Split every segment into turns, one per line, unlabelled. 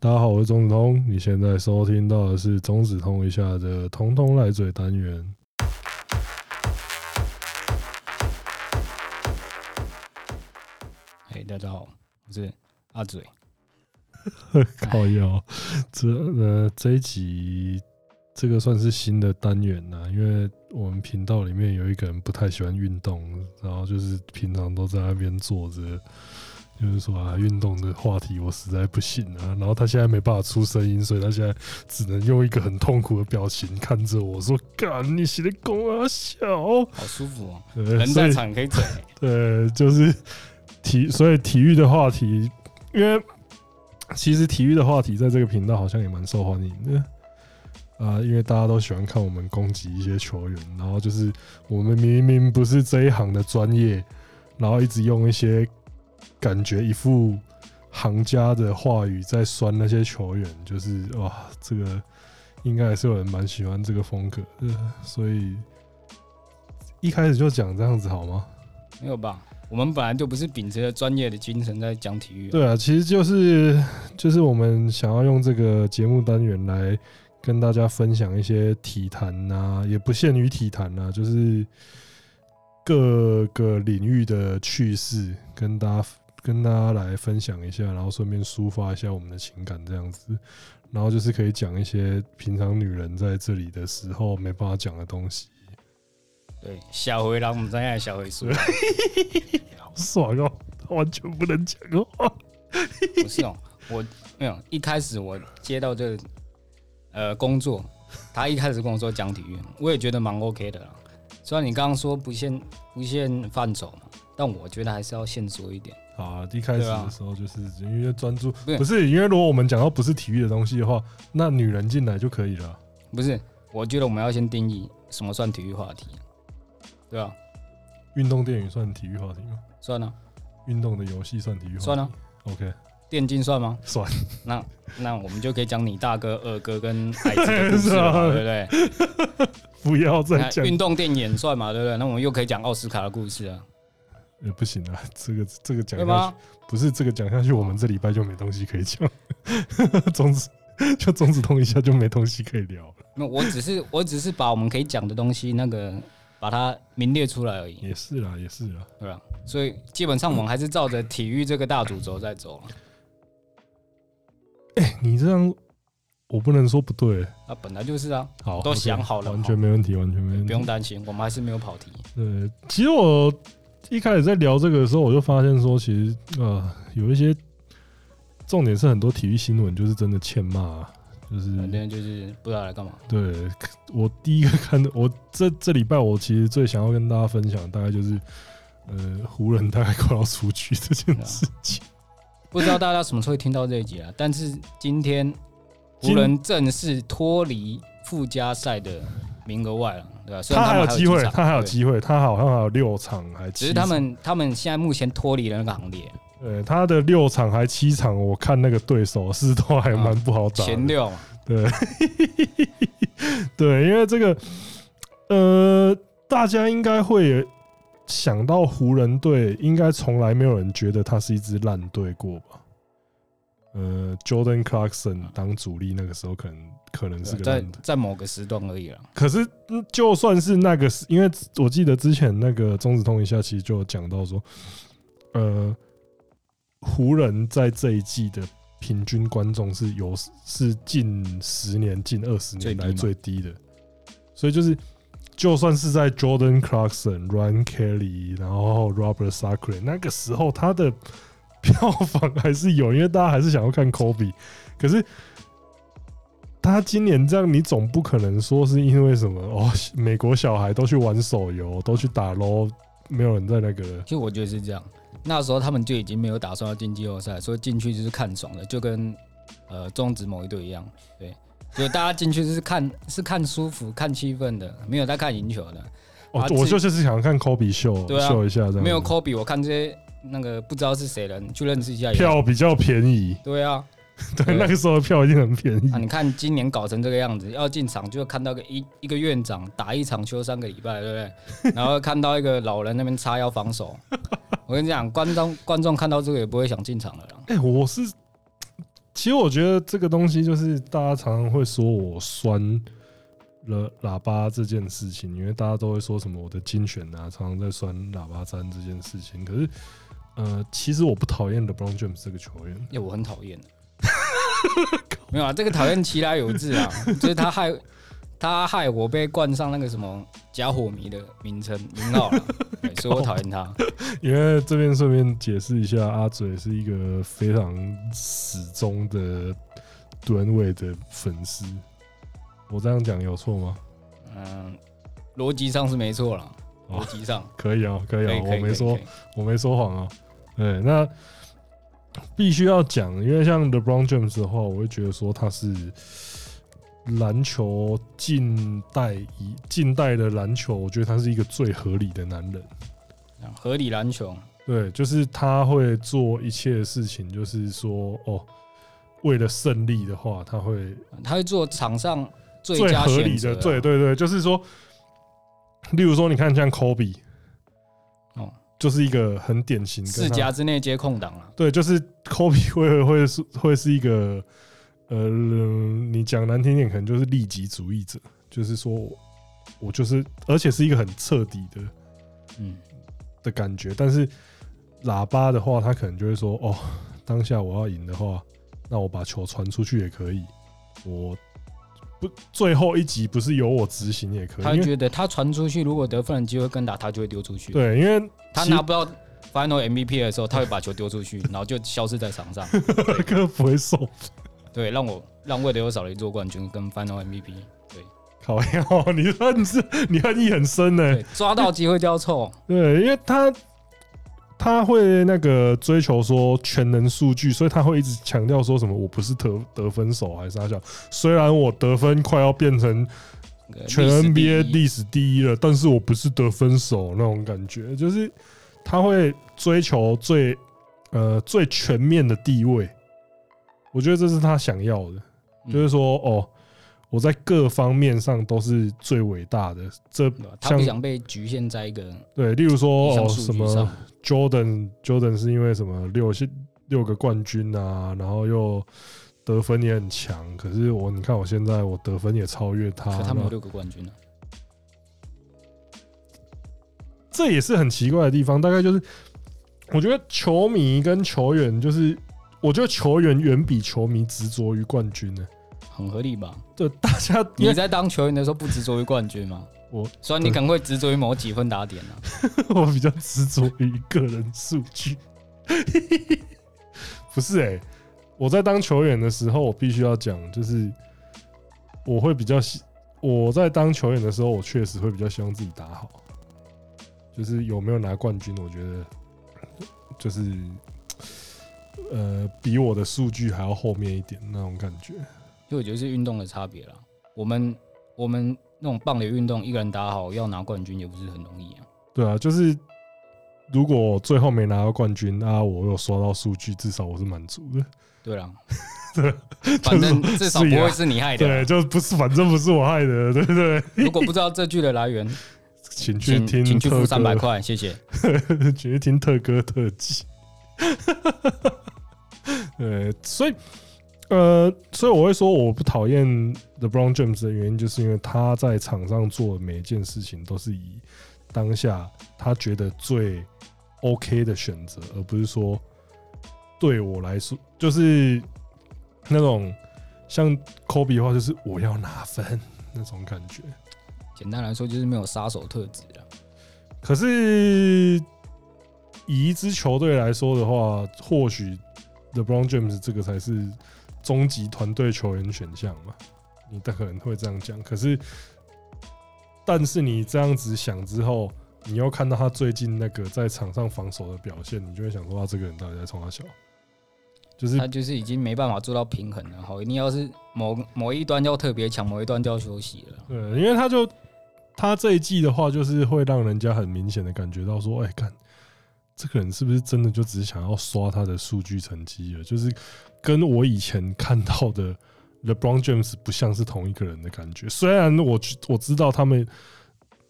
大家好，我是钟子通，你现在收听到的是钟子通一下的“通通来嘴”单元。
哎、大家好，我是阿嘴。哎
靠腰，这呃这一集这个算是新的单元啦、因为我们频道里面有一个人不太喜欢运动，然后就是平常都在那边坐着，就是说啊运动的话题我实在不行啊，然后他现在没办法出声音，所以他现在只能用一个很痛苦的表情看着我说：“干，你写的功啊小。
好舒服 哦，
呃”
人
所
在
以
场可以嘴。
对，就是体，所以体育的话题，因为其实体育的话题在这个频道好像也蛮受欢迎的。啊、因为大家都喜欢看我们攻击一些球员，然后就是我们明明不是这一行的专业，然后一直用一些感觉一副行家的话语在酸那些球员，就是哇，这个应该还是有人蛮喜欢这个风格的，所以一开始就讲这样子好吗？
没有吧？我们本来就不是秉持着专业的精神在讲体育、啊。
对啊，其实就是就是我们想要用这个节目单元来跟大家分享一些体坛啊，也不限于体坛啊，就是各个领域的趣事，跟大家跟大家来分享一下，然后顺便抒发一下我们的情感这样子。然后就是可以讲一些平常女人在这里的时候没办法讲的东西，
对，小回狼我们再看小回书。
好爽哦！完全不能讲哦。
不是哦，我没有一开始我接到这个呃工作，他一开始跟我说讲体育，我也觉得蛮 OK 的啦。虽然你刚刚说不限不限范畴嘛，但我觉得还是要限缩一点。
啊，一开始
对啊
的时候就是因为专注，
是
不是因为如果我们讲到不是体育的东西的话，那女人进来就可以了。
不是，我觉得我们要先定义什么算体育话题，对吧、
运动电影算体育话题吗？
算了，
运动的游戏算体育话题？
算啊。
OK，
电竞算吗？
算。
那那我们就可以讲你大哥、二 哥跟矮子的故事了
是啊
嘛，对不对？
不要再
那
讲，
哎运动电影也算嘛，对不对？那我们又可以讲奥斯卡的故事啊，
呃，不行啊，这个这个讲
对
下
吗
去，？不是这个讲下去，我们这礼拜就没东西可以讲， 中子就中子通一下就没东西可以聊了，
那我只是我只是把我们可以讲的东西那个把它名列出来而已，
也是啦，也是啦。
对吧？所以基本上我们还是照着体育这个大主轴在走了。
你这样我不能说不对，
那本来就是啊，
好，
都
OK，
想好了
完全没问题，完全没问题，
不用担心，我们还是没有跑题。
对，其实我一开始在聊这个的时候，我就发现说，其实呃，有一些重点是很多体育新闻就是真的欠骂、啊就是
反正就是不知道来干嘛。
对我第一个看的，我这这礼拜我其实最想要跟大家分享，大概就是呃，湖人大概快要出局这件
啊
事情。
不知道大家什么时候会听到这一集啊？但是今天
今
湖人正式脱离附加赛的名额外了，对 吧、虽
他
然
还有
们
机会
几，场
他还有
对
机会，他好像还有六场还七
只是
场
他们他们现在目前脱离了那个行列，
呃，他的六场还七场，我看那个对手是都还蛮不好打的。
啊前六嘛，
对， 对，因为这个，呃，大家应该会想到湖人队，应该从来没有人觉得他是一支烂队过吧？呃，Jordan Clarkson 当主力那个时候，可能可能是
对
个
在
烂队。
在某个时段而已了。
可是，嗯就算是那个时，因为我记得之前那个中子通一下，其实就有讲到说，呃，湖人在这一季的平均观众是有是近十年、近二十年来最
最
低的，所以就是就算是在 Jordan Clarkson、Ryan Kelly，然后 Robert Sacre 那个时候，他的票房还是有，因为大家还是想要看 Kobe，可是。他今年这样，你总不可能说是因为什么哦？美国小孩都去玩手游，都去打 LO，没有人在那个
其实我觉得是这样，那时候他们就已经没有打算要进季后赛，所以进去就是看爽的，就跟呃中职某一队一样，对，就大家进去就是看是看舒服、看气氛的，没有在看赢球的。
哦
啊，
我
自
就是想看 Kobe 秀、
对啊
秀一下这样，
没有 Kobe，我看这些那个不知道是谁的人去认识一下也好。
票比较便宜，
对啊，
对，
对
那个时候的票一定很便宜
啊，。你看今年搞成这个样子，要进场就看到个一一个院长打一场休三个礼拜，对 不对？然后看到一个老人那边叉腰防守，我跟你讲，观众观众看到这个也不会想进场了啦。
哎、我是其实我觉得这个东西就是大家常常会说我酸了喇叭这件事情，因为大家都会说什么我的精选啊，常常在酸喇叭詹这件事情。可是，呃，其实我不讨厌 LeBron James 这个球员，
哎、我很讨 厌。没有啊，这个讨厌其来有志啊，就是他害他害我被冠上那个什么假火迷的名称名号了，对所以我讨厌他。
因为这边顺便解释一下，阿嘴是一个非常始终的端位的粉丝。我这样讲有错吗？
嗯，逻辑上是没错了，
哦
逻辑上
可以啊，可以
可
啊，
以可以可
我
以
没说
可以，
我没说谎啊。对，那必须要讲，因为像 LeBron James 的话，我会觉得说他是篮球近代以近代的篮球，我觉得他是一个最合理的男人。
啊合理篮球，
对，就是他会做一切事情，就是说哦，为了胜利的话，他会
他会做场上最
最
佳
合
选
理
择
的。
啊。
对对对，就是说，例如说，你看像 Kobe，
哦
就是一个很典型跟他
四家之内接空档啊，
对，就是 Kobe 会会是会是一个呃，你讲难听点，可能就是利己主义者，就是说我我就是，而且是一个很彻底的
嗯，
的感觉。但是喇叭的话，他可能就会说：“哦，当下我要赢的话，那我把球传出去也可以，我不最后一集不是由我执行也可
他
以。”
会
因为
觉得他传出去，如果得分的机会更大，他就会丢出去。
对，因为
他拿不到 Final MVP 的时候，他会把球丢出去，然后就消失 在场上。
那个不会受
对，让我让魏德又少了一座冠军跟 Final MVP。
考验哦，你恨是你恨意很深呢、
对，抓到机会就要凑。
对，因为他他会那个追求说全能数据，所以他会一直强调说什么我不是得得分手还是啥小，虽然我得分快要变成
那个
全
历史第
NBA
一
历史第一了，但是我不是得分手啊那种感觉，就是他会追求最呃最全面的地位，我觉得这是他想要的，
嗯
就是说哦。我在各方面上都是最伟大的，这
对吧他
像
不想被局限在一个
对，例如
一
说
项
哦
数
什
据
么
上。
Jordan Jordan 是因为什么六六个冠军啊，然后又得分也很强。可是我你看我现在我得分也超越他，
可他们有
那
六个冠军呢、啊
这也是很奇怪的地方。大概就是我觉得球迷跟球员就是，我觉得球员远比球迷执着于冠军呢、
很合理吧？
对，大家因
你
为
在当球员的时候不执着于冠军吗？
我
虽然你可能会执着于某几分打点啊，
我比较执着于个人数据，不是哎、我在当球员的时候，我必须要讲，就是我会比较喜，我在当球员的时候，我确实会比较希望自己打好，就是有没有拿冠军，我觉得就是呃比我的数据还要后面一点那种感觉。
就我觉得是运动的差别啦。啊我们我们那种棒垒运动，一个人打好要拿冠军也不是很容易啊。
对啊，就是如果我最后没拿到冠军啊，我有刷到数据，至少我是满足的。
对啦，
对
反正至少不
是啊
会是你害的
对，
啦。
就不是，反正不是我害的， 对不对？
如果不知道这句的来源，
请去
请
听
请去
特
付三百
哥，
块，谢谢。
请去听特哥特辑。 对，所以呃，所以我会说我不讨厌 The Brown James 的原因，就是因为他在场上做的每一件事情都是以当下他觉得最 OK 的选择，而不是说对我来说就是那种像 Kobe 的话，就是我要拿分那种感觉。
简单来说就是没有杀手特质啊了。
可是以一支球队来说的话，或许 LeBron James 这个才是终极团队球员选项嘛？你大可能会这样讲。可是，但是你这样子想之后，你又看到他最近那个在场上防守的表现，你就会想说，他啊这个人到底在冲他小？就是
他就是已经没办法做到平衡了。好，一定要是某某一端要特别强，某一端就要休息了。
对，因为他就他这一季的话，就是会让人家很明显的感觉到说，哎、看这个人是不是真的就只是想要刷他的数据成绩了？就是跟我以前看到的 LeBron James 不像是同一个人的感觉。虽然我知我知道他们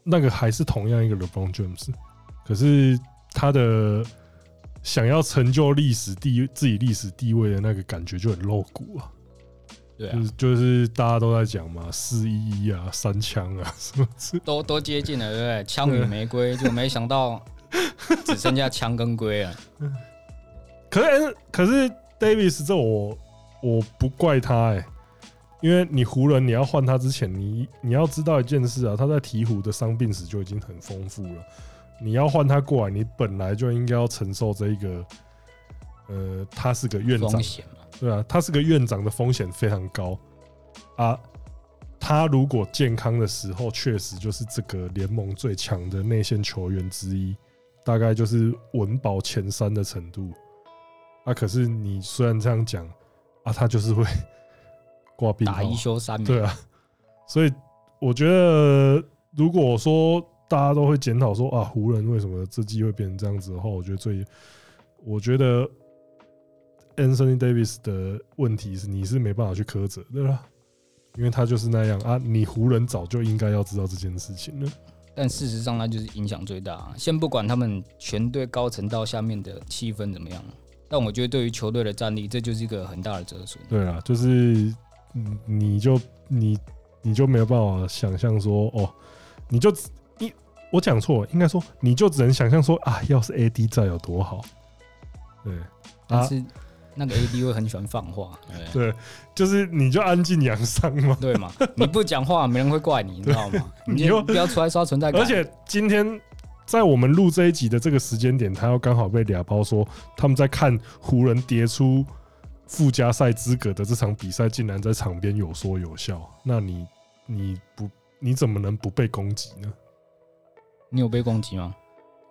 那个还是同样一个 LeBron James，可是他的想要成就历史地自己历史地位的那个感觉就很露骨啊，
对啊
就，是就是大家都在讲嘛，四一一啊，三枪啊， 什么之
都都接近了，对不对？枪与玫瑰，就没想 到只剩下枪跟龟啊了。
可是可是 Davis 这我我不怪他哎、因为你湖人你要换他之前，你你要知道一件事啊，他在鹈鹕的伤病史就已经很丰富了。你要换他过来，你本来就应该要承受这一个，呃，他是个院长
风，险嘛，
对啊，他是个院长的风险非常高啊。他如果健康的时候，确实就是这个联盟最强的内线球员之一，大概就是稳保前三的程度。啊，可是你虽然这样讲啊，他就是会 挂病
打
号
一休三嘛。
对啊，所以我觉得，如果说大家都会检讨说啊，湖人为什么这季会变成这样子的话，我觉得最，我觉得 Anthony Davis 的问题是你是没办法去苛责的啦，因为他就是那样啊，你湖人早就应该要知道这件事情了。
但事实上，那就是影响最大啊、先不管他们全队高层到下面的气氛怎么样，但我觉得对于球队的战力，这就是一个很大的折损。
对啦，就是嗯你就你你就没有办法想象说哦，你就只你我讲错了，应该说你就只能想象说啊，要是 AD 在有多好。对
但
啊，
是那 个 AD 会很喜欢放话，对不对
对，就是你就安静养伤嘛。
对嘛？你不讲话，没人会怪你，你知道吗？
对
你
你
就
又
不要出来刷存在感。
而且今天在我们录这一集的这个时间点，他要刚好被俩包说他们在看湖人跌出附加赛资格的这场比赛，竟然在场边有说有笑，那你你不你怎么能不被攻击呢？
你有被攻击吗？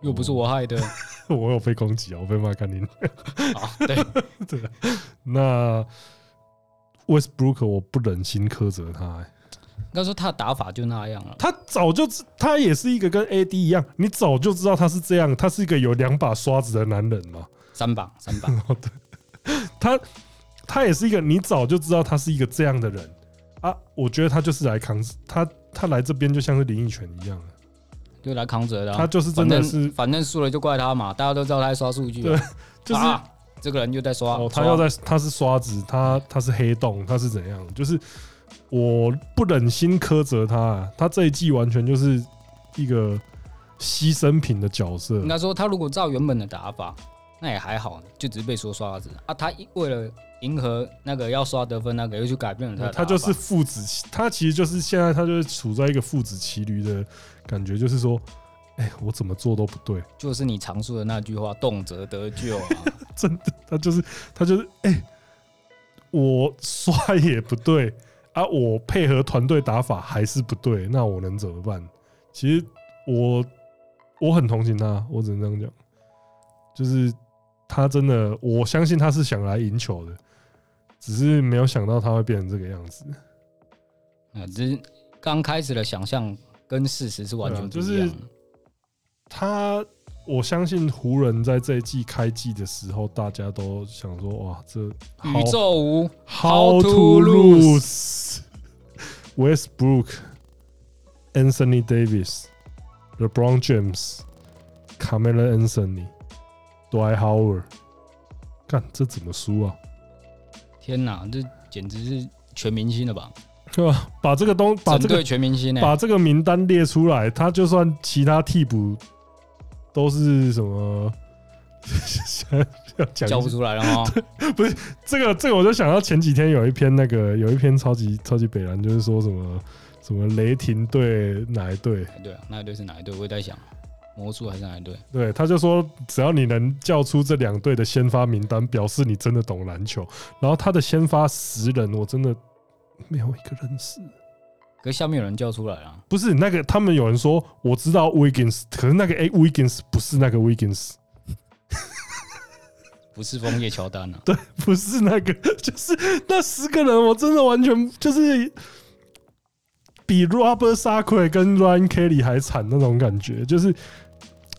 又不是我害 的。
我有被攻击啊，我被骂干你。
好，
啊
对，
那 Westbrook 我不忍心苛责他、欸
应该说他的打法就那样了。
他早就知他也是一个跟 AD 一样，你早就知道他是这样，他是一个有两把刷子的男人嘛。
三把，三把，
他也是一个你早就知道他是一个这样的人啊。我觉得他就是来扛他，他来这边就像是林奕泉一样，
就来扛责的啊、
他就是真
反
的
正
是
反正输了就怪他嘛，大家都知道他在刷数据啊、
对就是
啊这个人又在刷，
哦，他
刷
要在，他是刷子，他他是黑洞，他是怎样？就是我不忍心苛责他、啊，他这一季完全就是一个牺牲品的角色
应。该说他如果照原本的打法，那也还好，就只是被说刷子啊。他一为了迎合那个要刷得分那个，又去改变了他的打法
他就是父子骑，他其实就是现在他就是处在一个父子骑驴的感觉，就是说，哎、我怎么做都不对，
就是你常说的那句话，动辄 得咎啊。
真的，他就是他就是，哎、我刷也不对啊，我配合团队打法还是不对，那我能怎么办？其实我我很同情他，我只能这样讲，就是他真的，我相信他是想来赢球的，只是没有想到他会变成这个样子。
啊，只是刚开始的想象跟事实是完全不
对
一
啊
样
就
的。
是他，我相信湖人在这一季开季的时候，大家都想说，哇，这好
宇宙无
How to lose Westbrook, Anthony Davis, LeBron James, Carmelo Anthony, Dwight Howard。干这怎么输啊？
天哪，这简直是全明星了吧？
对吧？把这个东把
整
这
队
个
全明星呢、
把这个名单列出来，他就算其他替补都是什么？ 现在要讲一下
叫不出来了 哦。
这个这个，我就想到前几天有一篇那个有一篇超级超级北蓝，就是说什么什么雷霆队哪一队，
哎对啊，那一队是哪一队？我也在想，魔术还是哪一队？
对，他就说只要你能叫出这两队的先发名单，表示你真的懂篮球。然后他的先发十人，我真的没有一个认识。
可是下面有人叫出来啊，
不是那个，他们有人说我知道 Wiggins，可是那个哎 Wiggins 不是那个 Wiggins，
不是枫叶乔丹啊，
不是那个， 就是那十个人，我真的完全就是比 Robert s a k 跟 Ryan Kelly 还惨那种感觉，就是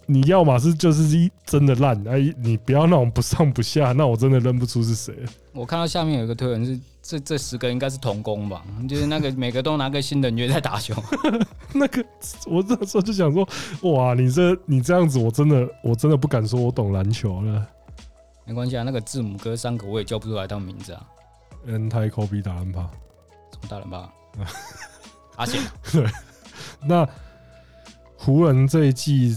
你要嘛是就是一真的烂，哎，你不要那种不上不下，那我真的认不出是谁。
我看到下面有一个推文是这这十个应该是童工吧，就是那个每个都拿个新人约在打球，
那个我那时候就想说，哇，你这你这样子，我真的我真的不敢说我懂篮球了。
没关系啊，那个字母哥三个我也叫不出来他们名字啊，
N 太 Kobe 打篮吧。
什么大人吧，阿贤啊，
那湖人这一季，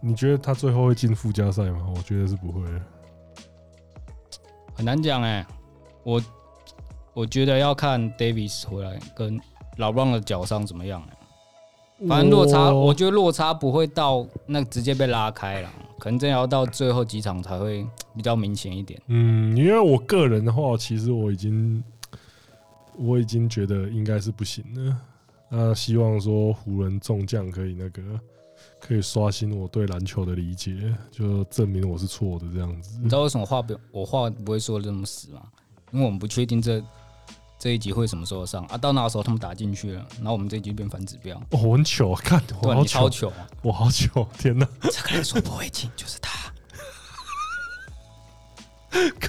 你觉得他最后会进附加赛吗？我觉得是不会的。
很难讲哎、我我觉得要看 Davis 回来跟老布朗的脚伤怎么样、欸、反正落
哦
差，我觉得落差不会到那直接被拉开了，可能真的要到最后几场才会比较明显一点。
嗯，因为我个人的话，其实我已经我已经觉得应该是不行了。那希望说湖人众将可以那个可以刷新我对篮球的理解，就证明我是错的这样子。
你知道为什么话不我话不会说的那么死吗？因为我们不确定这这一集会什么时候上啊，到那时候他们打进去了，然后我们这一集就变反指标，
哦，我很糗啊，看
对
我
啊，
好
你超
糗，
糗啊！
我好糗，天哪，
这个人说不会进就是他，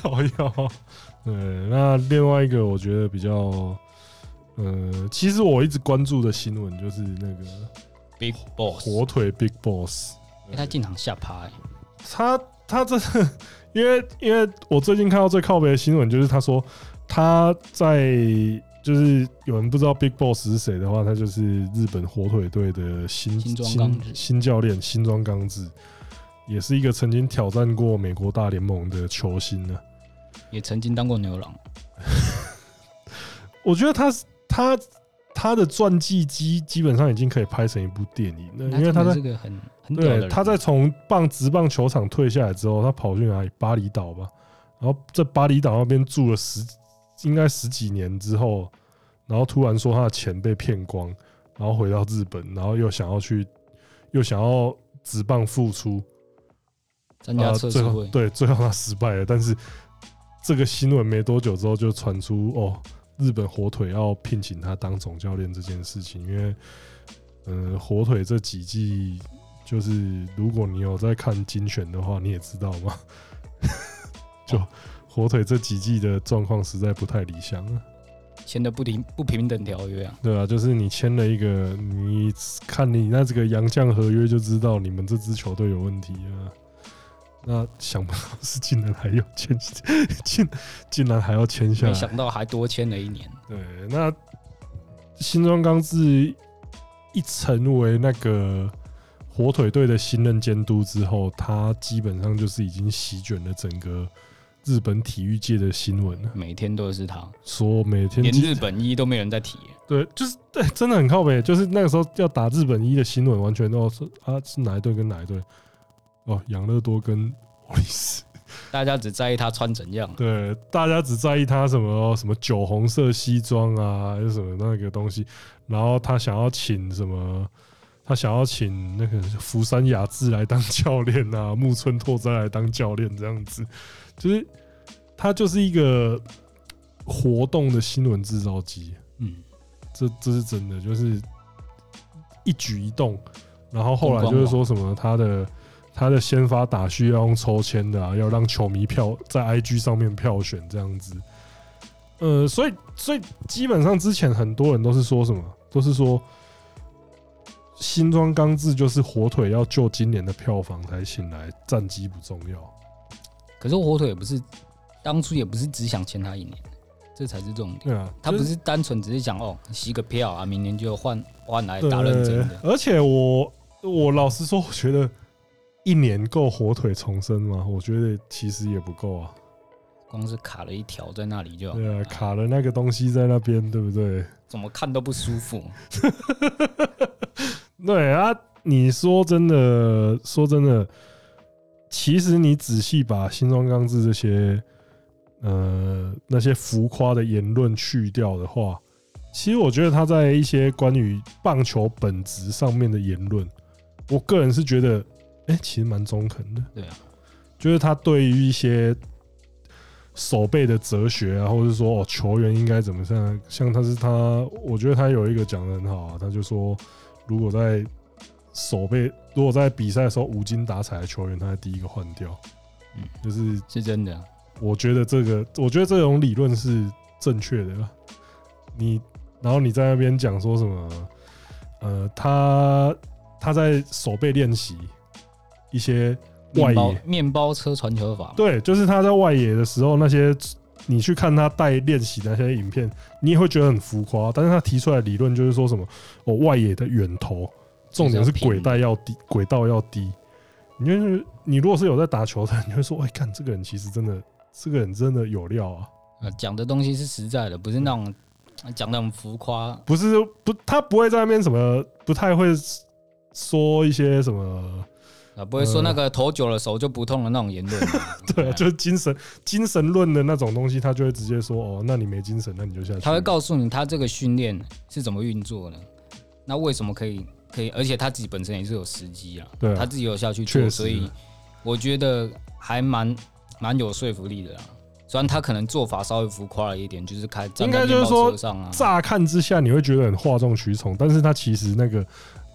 搞笑。对，那另外一个我觉得比较，呃，其实我一直关注的新闻就是那个
Big Boss，、
火腿 Big Boss，
欸、他进场吓趴、欸，
他他真的， 因为因为我最近看到最靠北的新闻，就是他说他在就是有人不知道 Big Boss 是谁的话，他就是日本火腿队的新
新庄刚
新
志
新教练新庄刚志，也是一个曾经挑战过美国大联盟的球星呢、
也曾经当过牛郎，
我觉得他是他他的传记基基本上已经可以拍成一部电影嗯了，因为他
真
在
的是个很很屌的
对，啊
人，
他在从棒职棒球场退下来之后，他跑去哪里？巴厘岛吧。然后在巴厘岛那边住了十，应该十几年之后，然后突然说他的钱被骗光，然后回到日本，然后又想要去，又想要职棒复出，
参加测
呃最
试
后
会，
对，最后他失败了。但是这个新闻没多久之后就传出哦，日本火腿要聘请他当总教练这件事情，因为呃，火腿这几季就是如果你有在看精选的话，你也知道嘛， 就火腿这几季的状况实在不太理想了。
签的不平不平等条约啊，
对啊，就是你签了一个，你看你那这个洋将合约就知道你们这支球队有问题啊。那想不到是竟然还要签，竟竟然还要签下
没
来。
想到还多签了一年，
对，那新庄刚志一成为那个火腿队的新任监督之后，他基本上就是已经席卷了整个日本体育界的新闻了。
每天都是他，
说每天
连
记
日本一都没有人在提、
对，就是对，真的很靠北。就是那个时候要打日本一的新闻，完全都是啊是哪一队跟哪一队哦，养乐多跟欧力士。
大家只在意他穿怎样，
对，大家只在意他什么哦什么酒红色西装啊，还是什么那个东西。然后他想要请什么，他想要请那个福山雅治来当教练啊，木村拓哉来当教练这样子，就是他就是一个活动的新闻制造机。
嗯，
这这是真的，就是一举一动。然后后来就是说什么他的他的先发打序要用抽签的、啊，要让球迷票在 IG 上面票选这样子。呃，所以所以基本上之前很多人都是说什么，都是说新庄刚志就是火腿要救今年的票房才醒来，战绩不重要。
可是火腿也不是当初也不是只想签他一年，这才是重点。
对啊，
他
就
不是单纯只是想哦，洗个票啊，明年就换换来打
对
认真的。
而且我我老实说，我觉得一年够火腿重生吗？我觉得其实也不够啊。
光是卡了一条在那里就
对啊，卡了那个东西在那边，对不对？
怎么看都不舒服。
对啊，你说真的，说真的，其实你仔细把新庄刚志这些呃那些浮夸的言论去掉的话，其实我觉得他在一些关于棒球本质上面的言论，我个人是觉得，哎、其实蛮中肯的。
对啊，
就是他对于一些手背的哲学啊，或者是说哦球员应该怎么样，像他是他，我觉得他有一个讲的很好啊，他就说如果在手背如果在比赛的时候无精打采的球员，他在第一个换掉，
嗯
就是
是真的。
我觉得这个，我觉得这种理论是正确的啦。你，然后你在那边讲说什么？呃，他他在手背练习一些外
面包
野
面包车传球法嘛，
对，就是他在外野的时候，那些你去看他带练习的那些影片，你也会觉得很浮夸。但是他提出来的理论就是说什么哦，外野的远投，重点是轨道要低，轨道要低。你就是你如果是有在打球的，你会说，哎，看这个人其实真的，这个人真的有料啊，
呃，讲的东西是实在的，不是那种呃讲的很浮夸。
不是不，他不会在那边什么，不太会说一些什么。
啊，不会说那个投久了手就不痛了那种言论嘛。
嗯 对啊，就是精神精神论的那种东西，他就会直接说哦，那你没精神，那你就下去。
他会告诉你他这个训练是怎么运作的，那为什么可以可以，而且他自己本身也是有时机啊，
对啊
他自己有下去
确
做，
实
所以我觉得还蛮蛮有说服力的啦。虽然他可能做法稍微浮夸了一点，就是开站
应该
在
就是
面
说
包车上啊，
乍看之下你会觉得很哗众取宠，但是它其实那个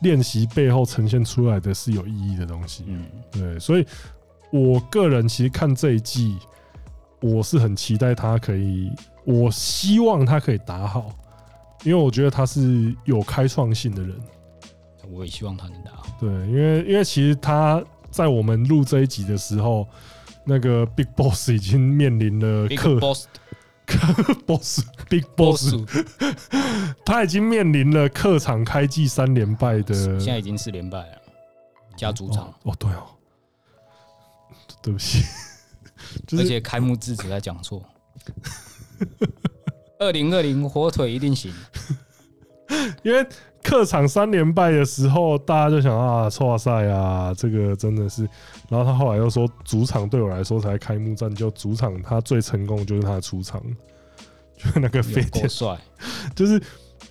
练习背后呈现出来的是有意义的东西。
嗯，
对，所以我个人其实看这一季，我是很期待他可以，我希望他可以打好，因为我觉得他是有开创性的人。
我也希望他能打好。
对，因为因为其实他在我们录这一集的时候，那个 Big Boss 已经面临了
Big
客
Boss
Boss Big
Boss
Boss，他已经面临了客场开季三连败的
现在已经四连败了，加主场，
哦哦对哦， 对不起， 就
而
是
且开幕致辞还讲错。二零二零火腿一定行，
因为客场三连败的时候，大家就想啊，哇赛啊，这个真的是。然后他后来又说，主场对我来说才开幕战，就主场他最成功的就是他的出场，就是那个 飞
有
天
够帅。
就是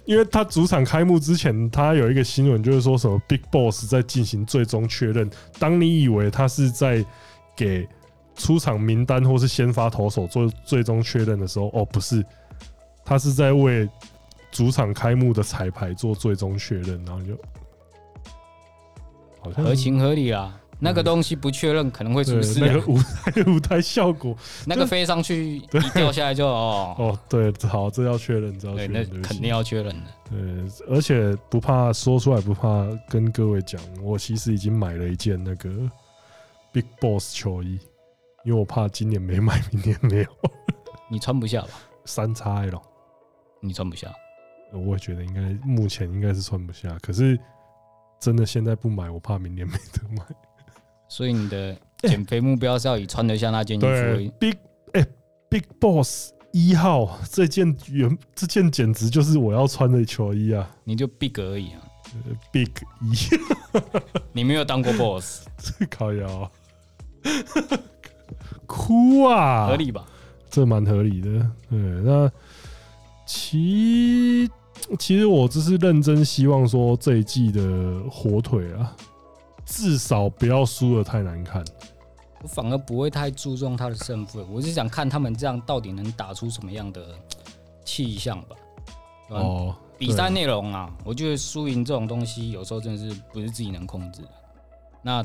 因为他主场开幕之前，他有一个新闻，就是说什么 Big Boss 在进行最终确认。当你以为他是在给出场名单或是先发投手做最终确认的时候，哦，不是，他是在为主场开幕的彩排做最终确认，然后你就好像
合情合理啦。那个东西不确认可能会出
对
事啊、
那 个舞 台舞台效果
那个飞上去一
对
掉下 来就哦，
哦，对，好，这要确认，这要确
对，
认，
那
对不起
肯定要确认的。
呃，而且不怕说出来，不怕跟各位讲，我其实已经买了一件那个 Big Boss 球衣，因为我怕今年没买，明年没有
你穿不下吧？
三叉 L，
你穿不下，
我也觉得应该目前应该是穿不下，可是真的现在不买，我怕明年没得买。
所以你的减肥目标是要以穿得下那件衣服
对
为。
，Big 哎、Big Boss 一号这件原这件简直就是我要穿的球衣啊
你就 big 而已啊，
呃，Big 一。
你没有当过 boss，
这烤腰，啊 哭啊，
合，理吧？
这蛮合理的。对，那其其实我只是认真希望说这一季的火腿啊，至少不要输的太难看。
我反而不会太注重他的胜负，我是想看他们这样到底能打出什么样的气象吧。对吧
哦，
比赛内容啊，我觉得输赢这种东西有时候真的是不是自己能控制的。那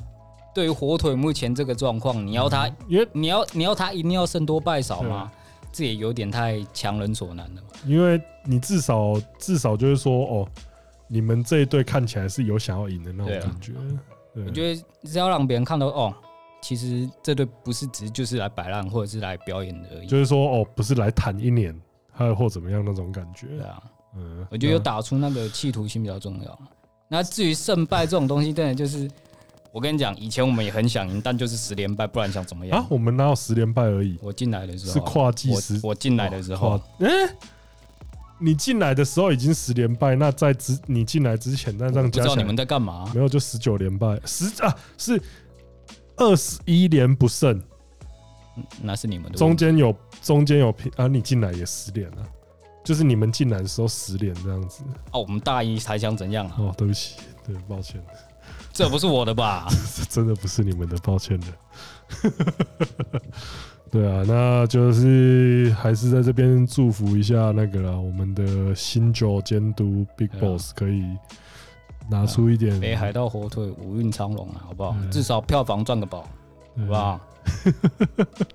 对于火腿目前这个状况，你要他，
因为
你要你要他一定要胜多败少
啊
吗？这也有点太强人所难了嘛。
因为你至少至少就是说，哦，你们这一队看起来是有想要赢的那种
对啊
感觉。对
我觉得是要让别人看到哦，其实这队不是只就是来摆烂或者是来表演的而已。
就是说，哦，不是来谈一年，还有或怎么样那种感觉。
对啊，
嗯，
我觉得有
那
打出那个企图心比较重要。那至于胜败这种东西，真的就是我跟你讲，以前我们也很想赢，但就是十连败，不然想怎么样？
啊，我们哪有十连败而已？
我进来的时候
是跨季
啊我
时
我进来的时候
跨，，哎、你进来的时候已经十连败，那在之你进来之前，那这
我
样
不
加
知道
起
你
来
们在干嘛
没有就十九连败，十啊是二十一连不胜，
那是你们的
中
问题。
间有中间有平啊，你进来也十连啊，就是你们进来的时候十连这样子。
哦，我们大一才想怎样啊？
哦，对不起，对，抱歉，
这不是我 的吧？
这真的不是你们的，抱歉的。 对啊，那就是还是在这边祝福一下那个啦，我们的新九监督 Big
对啊哎
Boss 可以拿出一点
北海道火腿五运昌隆啊，好不好？
嗯
至少票房赚个饱，好
对
不好？
呃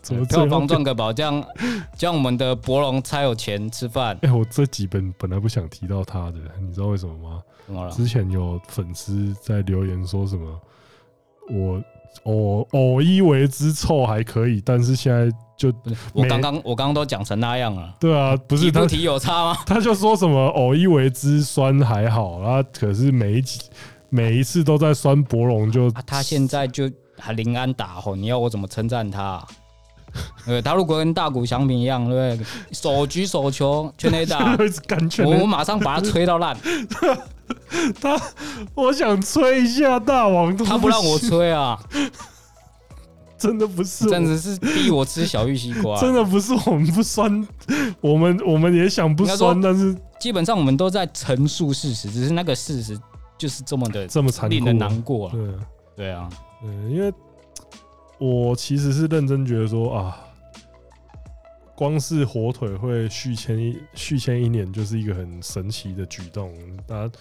怎么
哎票房
最后
赚个饱，这样这样我们的博龙才有钱吃饭，
哎、我这几本本来不想提到他的，你知道为
啊
什么吗？
怎么了？
之前有粉丝在留言说什么，我偶偶一为之臭还可以，但是现在就
不是，我
没
刚刚我刚刚都讲成那样了，
对啊，不
不
是
嗯不
他
提有差吗？
他就说什么偶一为之酸还好，然后可是每一集每一次都在酸博龙就，
啊，他现在就还临啊安打吼，你要我怎么称赞他、啊？ 对，他如果跟大谷翔平一样，对不对？手举手球全垒打
一直感觉
我们马上把他吹到烂，
我想吹一下大王，
他不让我
行，
吹啊，
真的不 是我，
真的是逼我吃小玉西瓜。啊
真的不是我们不酸，我们我们也想不酸，
应
但是
基本上我们都在陈述事实，只是那个事实就是这么的
这么残酷，
令人难过啊。
对
对啊，
对，嗯因为我其实是认真觉得说啊，光是火腿会续签一续签一年，就是一个很神奇的举动。大家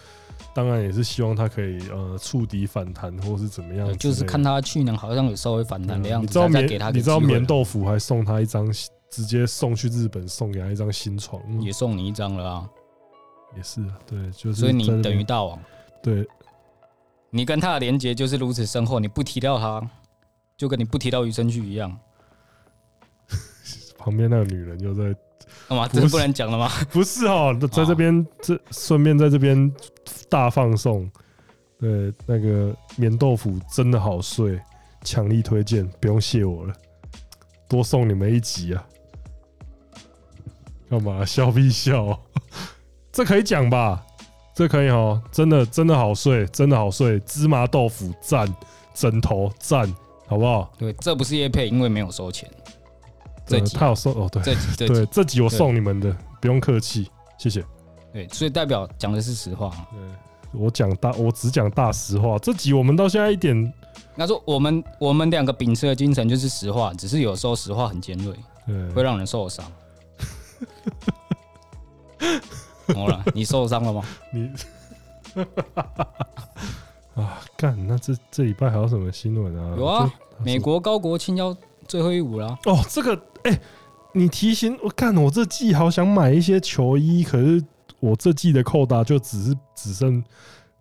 当然也是希望他可以呃触底反弹，或是怎么样之类的，
呃
啊嗯
就是看他去年好像有稍微反弹的样
你
子，
知道
再再
棉
给他个
你知道
机会
棉豆腐还送他一张，直接送去日本送给他一张新床吗，
也送你一张了啊，
也是啊，对，就是
所以你
在那
等于
边
大王，
对
你跟他的连接就是如此深厚，你不提到他，就跟你不提到余生旭一样。
旁边那个女人又在，
干嘛？
不
这
是
是不能讲了吗？
不是哦，在这
啊
边这顺便在这边大放送，对，那个棉豆腐真的好睡，强力推荐，不用谢我了，多送你们一集啊！干嘛笑屁笑、 这可以讲吧？这可以哦，真的真的好睡，真的好睡，芝麻豆腐赞，枕头赞，好不好？
对，这不是叶配，因为没有收钱。这
呃
集啊
他有送哦，对
这集这集
对，这集我
对
送你们的，不用客气，谢谢。
对，所以代表讲的是实话。啊
对，我讲大，我只讲大实话。这集我们到现在一点，
那说我们我们两个秉持的精神就是实话，只是有时候实话很尖锐，会
呃，
让人受伤。 怎么了？你受伤了吗？
你 啊，干，那这这礼拜还有什么新闻啊？
有啊
这，
美国高国庆要最后一舞了，
哦，这个，哎、你提醒我，干，我这季好想买一些球衣，可是我这季的扣打就只是只剩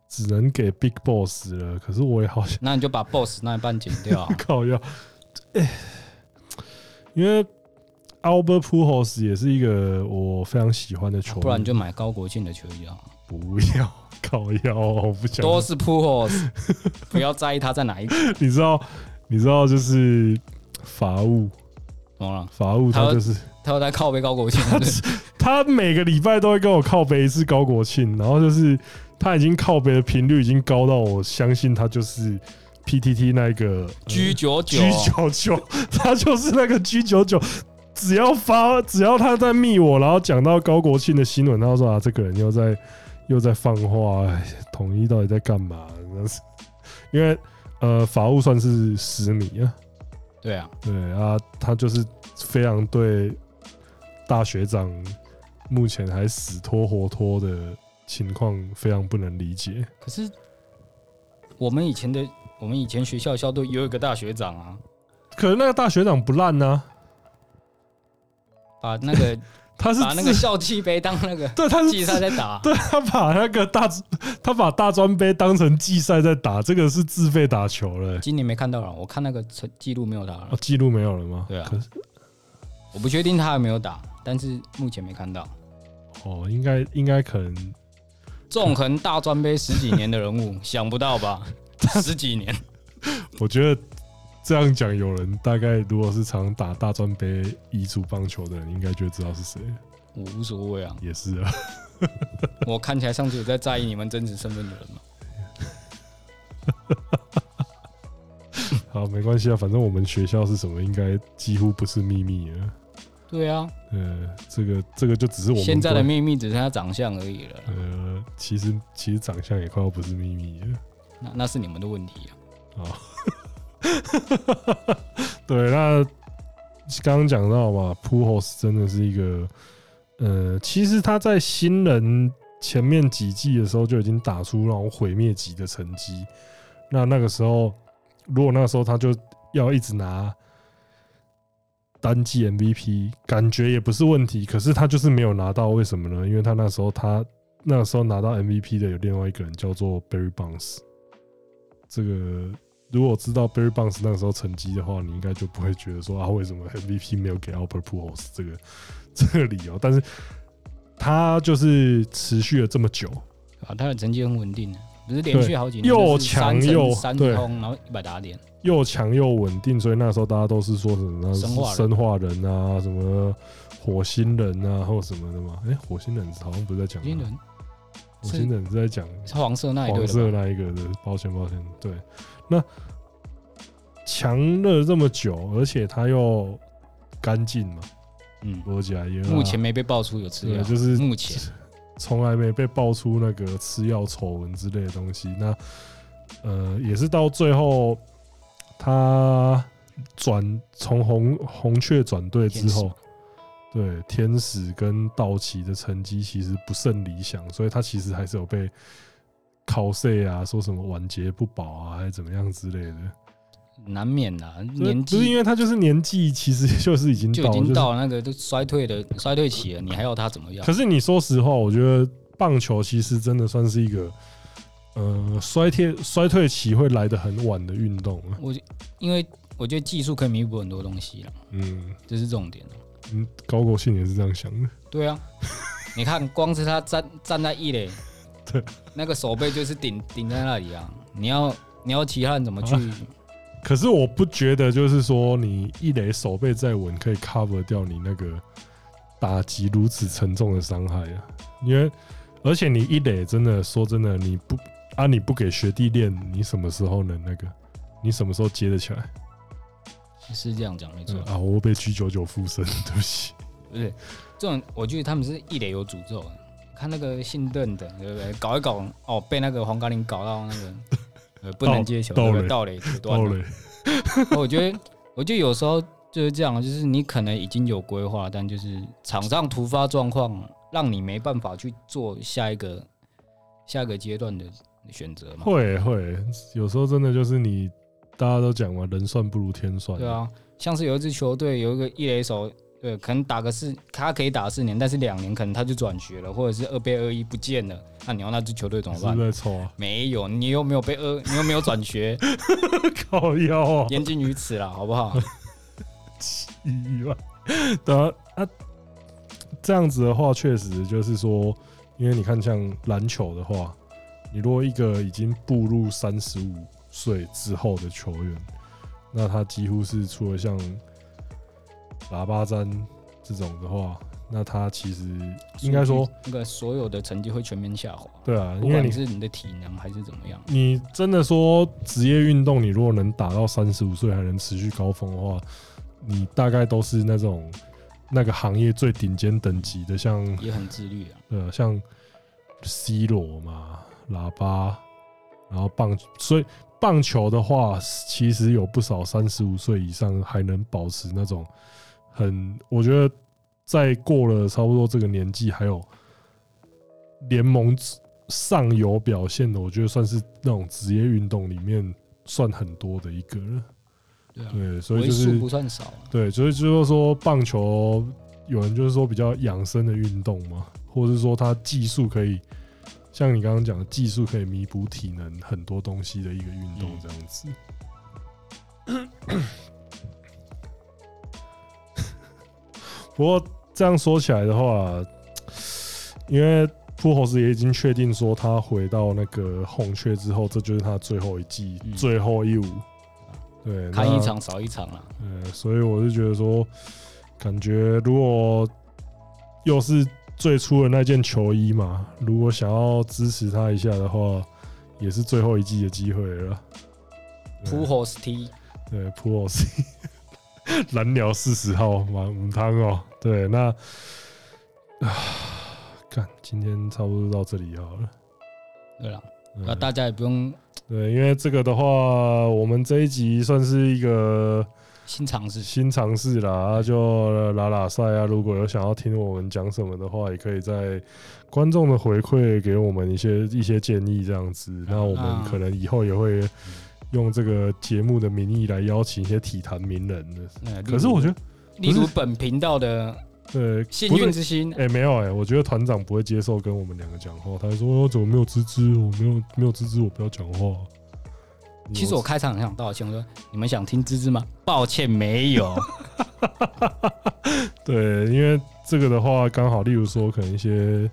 只能给 Big Boss 了，可是我也好想。。
那你就把 boss 那一半剪掉啊
靠要，哎因为 Albert Pujols 也是一个我非常喜欢的球员，
啊不然就买高国庆的球衣 啊，
不要靠腰，我不想。
都是 p u o s 不要在意他在哪一个。
你知道，你知道就是法务，
怎么了？
法务他就是
他要在靠背高国庆，
他他每个礼拜都会跟我靠背一次高国庆，然后就是他已经靠背的频率已经高到我相信他就是 PTT 那个呃
G 九九
G 九九，他就是那个 G 九九。只要发，只要他在密我，然后讲到高国庆的新闻，他说啊，这个人又在又在放话，哎统一到底在干嘛？那是因为呃，法务算是实迷啊，
对啊，
对啊，他就是非常对大学长目前还死拖活拖的情况非常不能理解。
可是我们以前的，我们以前学校校队也有一个大学长啊，
可是那个大学长不烂啊呢、
把那个
他是
把那
自
个校气杯当那个
对，他是
季
自
赛在打，
对他把那个大，他把大专杯当成季赛在打，这个是自费打球了、欸。
今年没看到了，我看那个成记录没有他了
哦，，记录没有了吗？
对啊
可是
我不确定他有没有打，但是目前没看到。
哦，应该应该可能
纵横大专杯十几年的人物， 想不到吧？十几年，
我觉得这样讲，有人大概如果是常打大专杯乙组棒球的人，应该就知道是谁，
我无所谓啊，
也是啊。
我看起来像是有在在意你们真实身份的 人嘛。
好，没关系啊，反正我们学校是什么，应该几乎不是秘密了。
对啊，
呃，这个这个就只是我们
现在的
关
秘密只剩下长相而已了，
呃，其实其实长相也快要不是秘密了。
那那是你们的问题啊。
对，那刚刚讲到嘛，Pujols 真的是一个，呃，其实他在新人前面几季的时候就已经打出那种毁灭级的成绩。那那个时候，如果那时候他就要一直拿单季 MVP，感觉也不是问题。可是他就是没有拿到，为什么呢？因为他那时候他那时候拿到 MVP 的有另外一个人叫做 Barry Bonds，这个如果知道 Barry Bonds 那时候成绩的话，你应该就不会觉得说啊，为什么 MVP 没有给 Albert Pujols 这个 这个理由？但是他就是持续了这么久，
啊，他的成绩很稳定的，不是连续好几年
又
就是三
强又
胜三
对
轰，然后一百打点，
又强又稳定，所以那时候大家都是说什么
生化人
生化人啊，什么火星人啊，或什么的嘛。哎、火星人好像不是在讲
有些
他，
人
火星人是在讲
是黄色那一队
黄
的
色
吧，
那一个的，抱歉抱歉，对，那强了这么久，而且他又干净嘛，
嗯，
罗杰啊也
目前没被爆出有吃
对
药，嗯
就是
目前
从来没被爆出那个吃药丑闻之类的东西。那呃，也是到最后他转从红红雀转队之后，对天使跟道奇的成绩其实不甚理想，所以他其实还是有被 cos 啊，说什么晚节不保啊，还是怎么样之类的。
难免啦，
所以
年
不是因
纪
为他就是年纪，其实就是已经
就
到
已
了
经
是
到了那个都衰退的衰退期了，你还要他怎么样
可？是你说实话，我觉得棒球其实真的算是一个，呃，衰退衰退期会来得很晚的运动啊。
我因为我觉得技术可以弥补很多东西了，
嗯，
这是重点啊
嗯高国庆也是这样想的。
对啊， 你看，光是他站站在一垒，
对，
那个手背就是顶顶在那里啊。你要你要其他人怎么去？
啊可是我不觉得，就是说你一垒手背再稳，可以 cover 掉你那个打击如此沉重的伤害啊。因为，而且你一垒真的说真的，你不啊你不给学弟练，你什么时候能那个？你什么时候接得起来？
是这样讲没错
嗯、，啊，我会被 G 九九附身，对不起。
对不对？这种我觉得他们是一垒有诅咒的。啊看那个姓邓的，对不对？搞一搞哦，被那个黄甘霖搞到 那个呃不能接球，
盗
对不
垒
对？啊盗垒阻断
到
了
了。。
我觉得，我觉得有时候就是这样，啊就是你可能已经有规划，但就是场上突发状况，让你没办法去做下一个下一个阶段的选择嘛。
会会，有时候真的就是你，大家都讲嘛，人算不如天算。
对，啊，像是有一支球队有一个一垒手，对，可能打个四，他可以打四年，但是两年可能他就转学了，或者是二备二一不见了，那你要那支球队怎么
是
办
不？是在抽啊？
没有，你又没有被二，你又没有转学，
靠腰啊，
言尽于此啦，好不好？
意义吧？对啊，啊，这样子的话，确实就是说，因为你看，像篮球的话，你如果一个已经步入三十五岁之后的球员，那他几乎是除了像喇叭詹这种的话，那他其实应该说，
那个所有的成绩会全面下滑。
对啊，
不
因为
管
你
是你的体能还是怎么样，
你真的说职业运动，你如果能打到三十五岁还能持续高峰的话，你大概都是那种那个行业最顶尖等级的，像
也很自律啊。
呃像 C 罗嘛、喇叭，然后棒，所以棒球的话，其实有不少三十五岁以上还能保持那种很，我觉得在过了差不多这个年纪，还有联盟上游表现的，我觉得算是那种职业运动里面算很多的一个了。
对啊，
对，所以
为
就
数
是
不算少啊。
对，所以就是说棒球有人就是说比较养生的运动嘛，或者是说它技术可以像你刚刚讲的技术可以弥补体能很多东西的一个运动
嗯
这样子。 不过这样说起来的话，因为扑猴子也已经确定说他回到那个红雀之后，这就是他最后一季、
嗯
最后一舞。对，啊
看一
那
场少一场啊啦。
呃，所以我是觉得说，感觉如果又是最初的那件球衣嘛，如果想要支持他一下的话，也是最后一季的机会了。
Two horse T，
对，普奥斯 蓝鸟四十号嘛，五汤哦。对，那啊，干，今天差不多到这里好了。
对啦，
嗯
那大家也不用
对，因为这个的话，我们这一集算是一个
新尝试。
新尝试啦，啊就拉拉赛啊。如果有想要听我们讲什么的话，也可以在观众的回馈给我们一些一些建议，这样子。那我们
啊
可能以后也会用这个节目的名义来邀请一些体坛名人的。
嗯
可是我觉得，，
例
不
如例
是
如本频道的
呃，
幸
不
运
是
之星，
哎、没有哎、我觉得团长不会接受跟我们两个讲话，他会说、哦、怎么没有芝芝，我没有没有芝芝，我不要讲话。
其实我开场很想道歉，我说你们想听 芝芝吗？抱歉，没有。
对，因为这个的话，刚好例如说，可能一些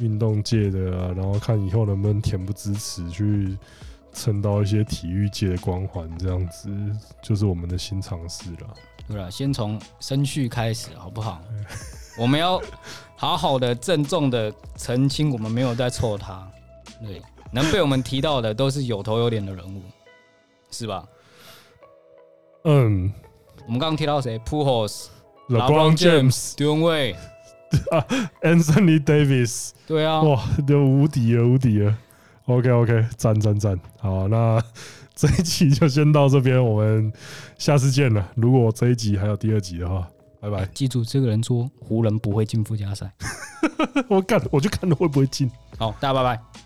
运动界的、啊，然后看以后能不能恬不知耻去蹭到一些体育界的光环，这样子就是我们的新尝试了。
对了，先从生序开始，好不好？ 我们要好好的、郑重的澄清，我们没有在错他。对，能被我们提到的都是有头有脸的人物，是吧？
嗯
我们刚刚提到谁？Pujols、
，LeBron James、
d u n w a y
Anthony Davis，
对啊，
哇，就无敌了，无敌了。OK OK，赞赞赞，好，那这一期就先到这边，我们下次见了。如果我这一集还有第二集的话，拜 拜。
记住这个人说湖人不会进附加赛。
我干，我就看他会不会进。
好，大家拜拜。